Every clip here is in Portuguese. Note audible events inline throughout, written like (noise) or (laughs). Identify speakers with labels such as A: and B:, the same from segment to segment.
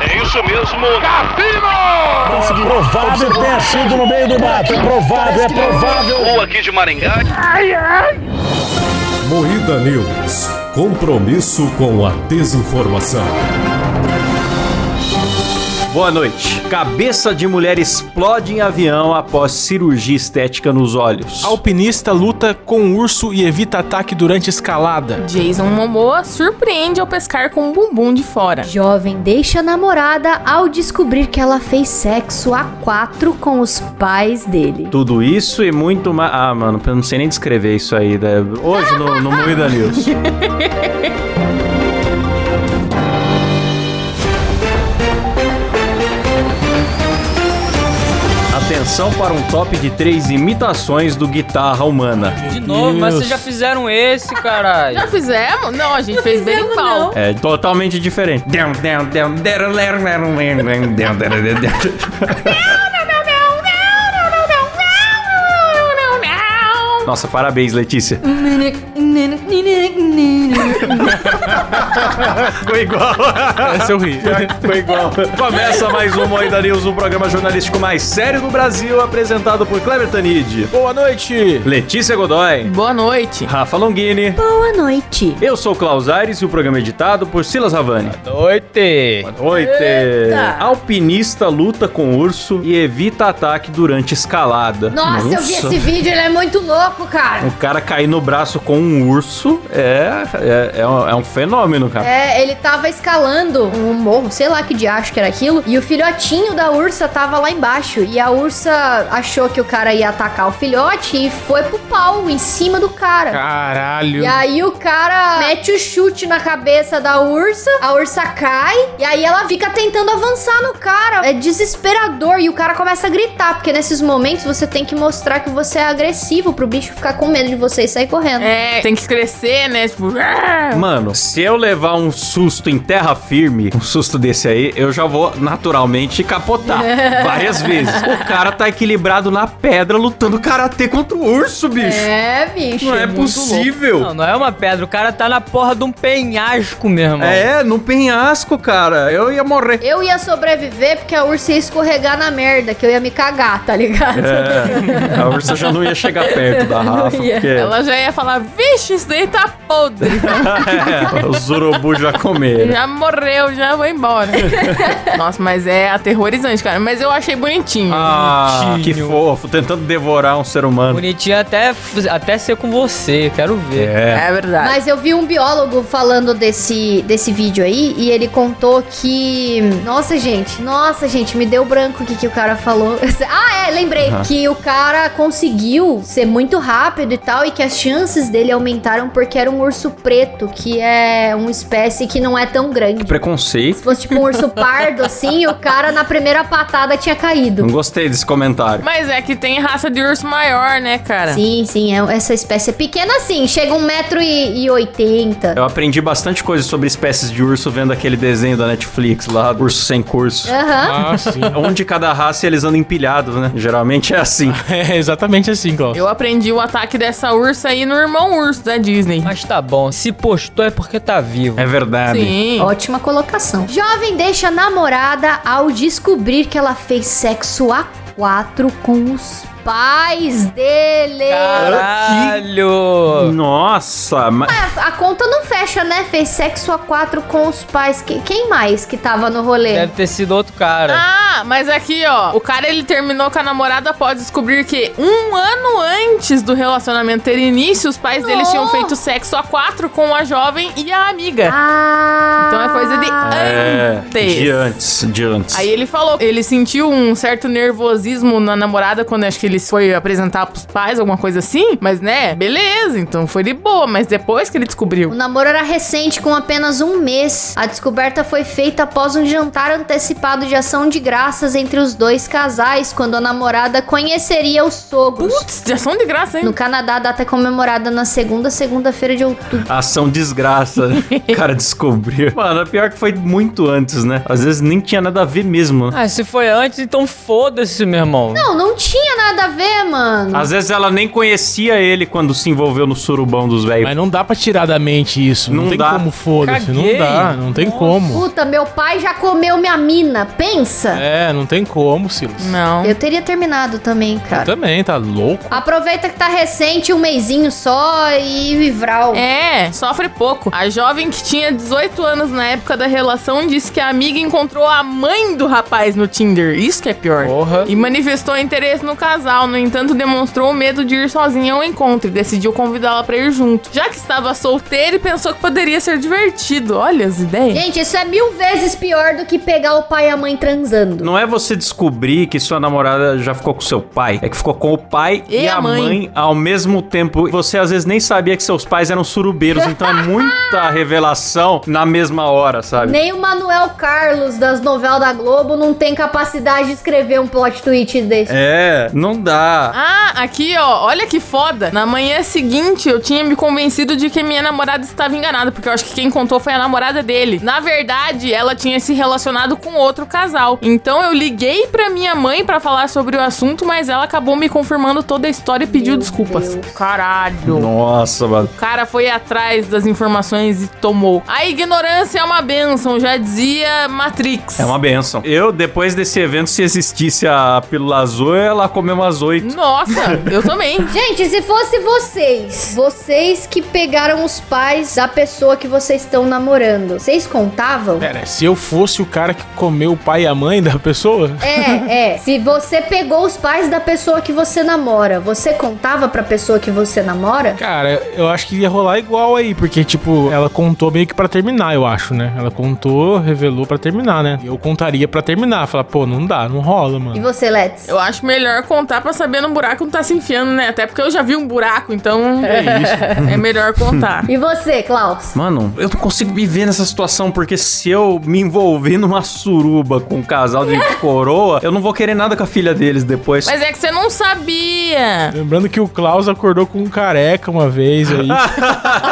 A: É Isso mesmo.
B: Cassino! Provável ter sido no meio do mato. É provável, é provável.
A: Ou aqui de Maringá.
C: Moída News. Compromisso com a desinformação.
D: Boa noite. Cabeça de mulher explode em avião após cirurgia estética nos olhos.
E: Alpinista luta com um urso e evita ataque durante escalada.
F: Jason Momoa surpreende ao pescar com o bumbum de fora.
G: Jovem deixa a namorada ao descobrir que ela fez sexo a quatro com os pais dele.
D: Tudo isso e muito mais. Ah, mano, eu não sei nem descrever isso aí. né? Hoje no, no Moída News. Atenção para um top de três imitações do guitarra humana.
H: De novo, mas vocês já fizeram esse, caralho.
F: Já fizemos? Não, a gente fez bem igual.
D: É totalmente diferente.
F: É.
D: Nossa, parabéns, (laughs) Letícia. Ficou igual.
E: Essa eu ri.
D: Ficou igual. Começa mais um Moída News, o programa jornalístico mais sério do Brasil, apresentado por Kleber Tanid,
E: Boa noite.
D: Letícia Godoy,
F: Boa noite.
D: Rafa Longini.
G: Boa noite.
D: Eu sou o Klaus Aires e o programa é editado por Silas Ravani.
H: Noite.
D: Oite. Alpinista luta com urso e evita ataque durante escalada.
G: Nossa, eu vi esse vídeo, ele é muito louco, cara.
D: Um cara cair no braço com um urso é, é, é um, é um fenômeno, cara.
G: É, ele tava escalando um morro, sei lá que diacho que era aquilo, e o filhotinho da ursa tava lá embaixo. E a ursa achou que o cara ia atacar o filhote e foi pro pau em cima do cara.
E: Caralho.
G: E aí o cara mete o chute na cabeça da ursa, a ursa cai, e aí ela fica tentando avançar no cara. É desesperador e o cara começa a gritar, porque nesses momentos você tem que mostrar que você é agressivo pro bicho ficar com medo de você e sair correndo.
F: É, tem que crescer, né? Tipo,
G: é um
F: ah.
D: Mano, se eu levar um susto em terra firme, um susto desse aí, eu já vou naturalmente
G: (laughs)
D: capotar várias vezes. O cara tá equilibrado na pedra lutando karatê contra o urso, bicho.
G: É, bicho.
D: Não é
G: muito
D: possível.
H: Não, não é uma pedra, o cara tá na porra de um penhasco, meu irmão.
D: É, no penhasco, cara. Eu ia morrer.
G: Eu ia sobreviver porque a ursa ia escorregar na merda, que eu ia me cagar, tá ligado?
D: É, a ursa já não ia chegar perto da Rafa,
G: ia.
D: porque
F: Ela já ia falar, vixe, isso daí tá podre.
D: é, (laughs) os urubus já comeram.
F: já morreu, já
D: (laughs)
F: vou embora. Nossa, mas é aterrorizante, cara. Mas eu achei bonitinho.
D: Ah, que
H: Bonitinho.
D: fofo, tentando devorar um ser humano.
H: Bonitinho até, f- até ser com você, quero ver.
D: É.
F: verdade.
G: Mas eu vi um biólogo falando desse, desse vídeo aí e ele contou que. Nossa, gente, nossa, gente, me deu branco o que, que o cara falou. (laughs) ah, é, lembrei. Que o cara conseguiu ser muito rápido e tal, e que as chances dele aumentaram porque era um urso preto, que é uma espécie que não é tão grande.
D: Preconceito.
G: Se fosse tipo um urso pardo, assim, o cara na primeira patada tinha caído.
D: Não gostei desse comentário.
F: Mas é que tem raça de urso maior, né, cara?
G: Sim, sim, é- essa espécie é pequena assim, chega 1,80m.
D: Eu aprendi bastante coisa sobre espécies de urso vendo aquele desenho da Netflix lá, Urso Sem Curso.
F: É.
G: Aham.
E: Ah, sim.
D: Um de cada raça e eles andam empilhados, né? Geralmente é assim.
E: É (laughs) exatamente assim, Klaus.
F: Eu aprendi o ataque dessa ursa aí no irmão urso da Disney.
H: Mas tá bom, se postou é porque tá vivo.
D: É verdade.
F: Sim.
G: Ótima colocação. Jovem deixa namorada ao descobrir que ela fez sexo a quatro com os pais dele.
H: Caralho!
D: Nossa, mas.
F: Ah,
G: A conta não fecha, né? Fez sexo a quatro com os pais. Que- quem mais que tava no rolê?
H: Deve ter sido outro cara.
F: Ah, mas aqui, ó, o cara ele terminou com a namorada após descobrir que um ano antes do relacionamento ter início, os pais dele
G: Oh.
F: tinham feito sexo a quatro com a jovem e a amiga.
G: Ah.
F: Então é coisa de
D: É.
F: antes.
D: De antes, de antes.
F: Aí ele falou, ele sentiu um certo nervosismo na namorada quando acho que ele foi apresentar pros pais, alguma coisa assim. Mas né, beleza, então foi de boa. Mas depois que ele descobriu.
G: O namoro era recente, com apenas um mês. A descoberta foi feita após um jantar antecipado de ação de graças entre os dois casais, quando a namorada conheceria os sogros.
F: Putz, de ação de graça, hein?
G: No Canadá, a data é comemorada na segunda segunda-feira de outubro.
D: (laughs) Ação desgraça. né? o cara descobriu. Mano, a pior que foi muito antes, né? Às vezes nem tinha nada a ver mesmo, né?
H: Ah, se foi antes, então foda-se, meu irmão.
G: Não, não tinha nada a ver, mano.
D: Às vezes ela nem conhecia ele quando se envolveu no surubão dos velhos.
E: Mas não dá pra tirar da mente isso. Não,
D: Não
E: tem
D: dá.
E: como, foda-se. Não
H: Caguei.
E: dá, não tem
H: Nossa.
E: como.
G: Puta, meu pai já comeu minha mina. Pensa.
E: É, não tem como, Silas.
F: Não.
G: Eu teria terminado também, cara.
E: Também, tá louco.
G: Aproveita que tá recente, um mêsinho só e vivral.
F: É, sofre pouco. A jovem que tinha 18 anos na época da relação disse que a amiga encontrou a mãe do rapaz no Tinder. Isso que é pior.
E: Porra.
F: E manifestou interesse no casal, no entanto demonstrou o medo de ir sozinha ao encontro e decidiu convidá-la pra ir junto. Já que estava solteira e pensou que poderia ser divertido. Olha as ideias.
G: Gente, isso é mil vezes pior do que pegar o pai e a mãe transando.
D: Não é você descobrir que sua namorada já ficou com seu pai, é que ficou com o pai e, a mãe. ao mesmo tempo. Você às vezes nem sabia que seus pais eram surubeiros, então é (laughs) muita revelação na mesma hora, sabe?
G: Nem o Manuel Carlos das novelas da Globo não tem capacidade de escrever um plot tweet desse.
D: É, não dá.
F: Ah, aqui ó, olha que foda. Na manhã seguinte eu tinha me convencido de que minha namorada estava enganada, porque eu acho que quem contou foi a namorada dele. Na verdade, ela tinha se relacionado com outro casal. Então eu liguei pra minha mãe pra falar sobre o assunto, mas ela acabou me confirmando toda a história e pediu desculpas.
D: Ah,
F: Caralho.
D: Nossa, mano.
F: O cara foi atrás das informações e tomou. A ignorância é uma benção, já dizia Matrix.
D: É uma benção. Eu, depois desse evento, se existisse a pílula azul, ela comeu umas oito.
F: Nossa, eu também.
G: Gente, se fosse vocês, vocês que pegaram os pais da pessoa que vocês estão namorando, vocês contavam?
E: Pera, se eu fosse o cara que comeu o pai e a mãe da pessoa,
G: É, é. Se você pegou os pais da pessoa que você namora, você contava pra pessoa que você namora?
E: cara, eu acho que ia rolar igual aí, porque, tipo, ela contou meio que pra terminar, eu acho, né? Ela contou, revelou pra terminar, né? Eu contaria pra terminar, falar, pô, não dá, não rola,
G: E
E: mano.
G: você, Let's?
F: Eu acho melhor contar pra saber no buraco não tá se enfiando, né? Até porque eu já vi um buraco, então
E: É isso.
F: é melhor
H: (laughs)
F: contar.
G: E você, Klaus?
D: Mano, eu não consigo me ver nessa situação, porque se eu me envolver numa suruba com um casal de coroa, eu não vou querer nada com a filha deles depois.
F: Mas é que você não sabia.
E: Lembrando que o Klaus acordou com um careca uma vez é aí.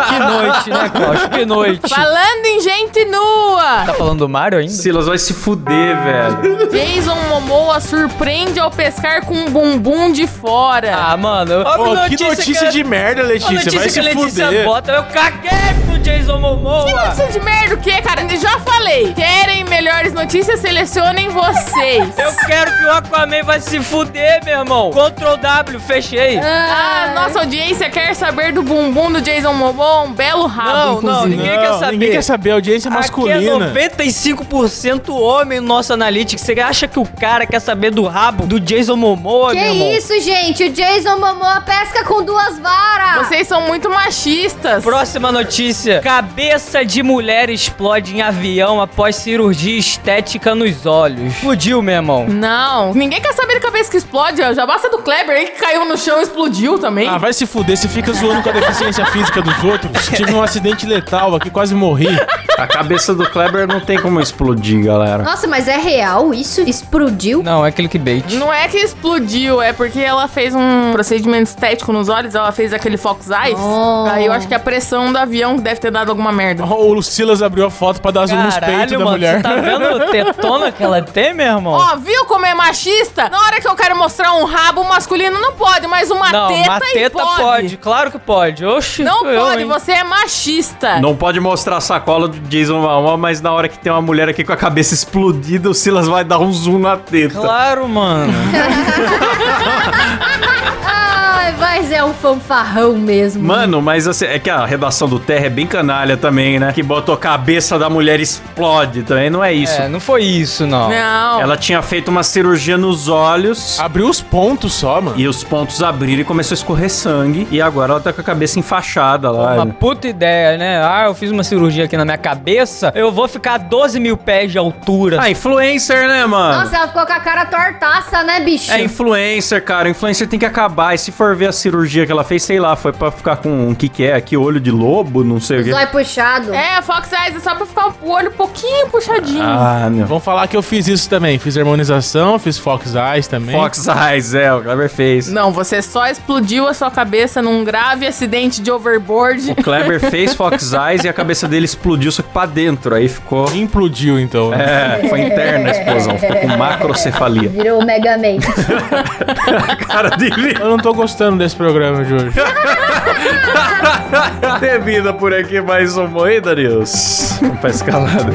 H: Que noite, né, Klaus? Que noite.
F: Falando em gente nua,
H: Tá falando do Mario ainda?
D: Silas vai se fuder, velho.
F: Jason Momoa surpreende ao pescar com um bumbum de fora.
H: Ah, mano. eu-
E: Pô, que
H: que
E: notícia, de merda,
H: Ó a
E: Letícia.
H: notícia
E: Vai
H: que
E: se
H: a Letícia
E: fuder.
H: bota, eu caguei pro Jason Momoa.
F: Notícia de merda o quê, cara? Eu já falei. Querem melhores notícias? Selecionem vocês.
E: é
H: Eu quero que o Aquaman vai se fuder, meu irmão. Ctrl W, fechei.
E: É.
F: Ah, nossa audiência quer saber do bumbum do Jason Momoa, um belo
H: Não,
F: rabo,
H: não,
F: inclusive.
H: Ninguém quer saber.
E: Ninguém quer saber, a audiência é masculina.
H: Aqui é 95% homem no nosso analítico. Você acha que o cara quer saber do rabo do Jason Momoa,
G: Que
H: meu irmão?
G: isso, gente? O Jason Momoa pesca com duas varas!
F: Vocês são muito machistas.
H: Próxima notícia. Cabeça de mulher explode em avião após cirurgia estética nos olhos. Explodiu, meu irmão.
F: Não, ninguém quer saber de cabeça que explode. ó. Já basta do Kleber aí que caiu no chão e explodiu também.
E: Ah, vai se fuder, você fica zoando com a
H: (laughs)
E: deficiência física dos outros. Tive um acidente letal aqui, quase morri.
D: A cabeça do Kleber não tem como explodir, galera.
G: Nossa, mas é real isso? Explodiu?
H: Não, é clickbait.
F: Não é que explodiu, é porque ela fez um procedimento estético nos olhos, ela fez aquele Fox Eyes.
G: Oh.
F: Aí eu acho que a pressão do avião deve ter dado alguma merda.
H: Oh.
E: Ó, O Silas abriu a foto pra dar zoom um nos peitos da
H: Caralho, mano,
E: mulher.
H: você tá vendo a tetona que ela tem, meu irmão?
F: Ó, viu como é machista? Na hora que eu quero mostrar um rabo masculino, não pode, mas uma
H: não,
F: teta,
H: uma
F: e
H: teta
F: pode.
H: pode, claro que pode. Oxi,
F: Não
H: sou eu,
F: pode,
H: hein?
F: você é machista.
D: Não pode mostrar a sacola do Jason Momoa, mas na hora que tem uma mulher aqui com a cabeça explodida, o Silas vai dar um zoom na teta.
E: (laughs)
H: Claro, mano.
E: É
G: Ai, mas é um fanfarrão mesmo.
D: Mano, mas assim, é que a redação do Terra é bem canalha também, né? Que botou a cabeça da mulher explode também, não é isso.
H: É, não foi isso, não.
F: Não.
D: Ela tinha feito uma cirurgia nos olhos.
E: (laughs) Abriu os pontos só, mano.
D: E os pontos abriram e começou a escorrer sangue. E agora ela tá com a cabeça enfaixada lá.
H: Uma puta ideia, né? Ah, eu fiz uma cirurgia aqui na minha cabeça, eu vou ficar a 12 mil pés de altura.
D: Ah, influencer, né, mano?
G: Nossa, ela ficou com a cara tortaça, né, bicho?
D: É influencer, cara. Influencer tem que acabar. E se for ver a a cirurgia que ela fez, sei lá, foi pra ficar com o que que é, que olho de lobo, não sei o quê.
G: Zóio puxado.
F: É, Fox Eyes é só pra ficar o olho um pouquinho puxadinho.
D: Ah, não.
E: Vão falar que eu fiz isso também. Fiz harmonização, fiz Fox Eyes também.
D: Fox Eyes, é, o Kleber fez.
F: Não, você só explodiu a sua cabeça num grave acidente de overboard.
D: O Kleber fez Fox Eyes e a cabeça dele explodiu, só que pra dentro. Aí ficou.
E: Implodiu, então. né?
D: É, foi interna a explosão, ficou com macrocefalia.
G: Virou o Mega Man.
D: Cara dele.
E: Eu não tô gostando desse programa de hoje.
D: Termina por aqui mais um Moeda News. Não tá escalado.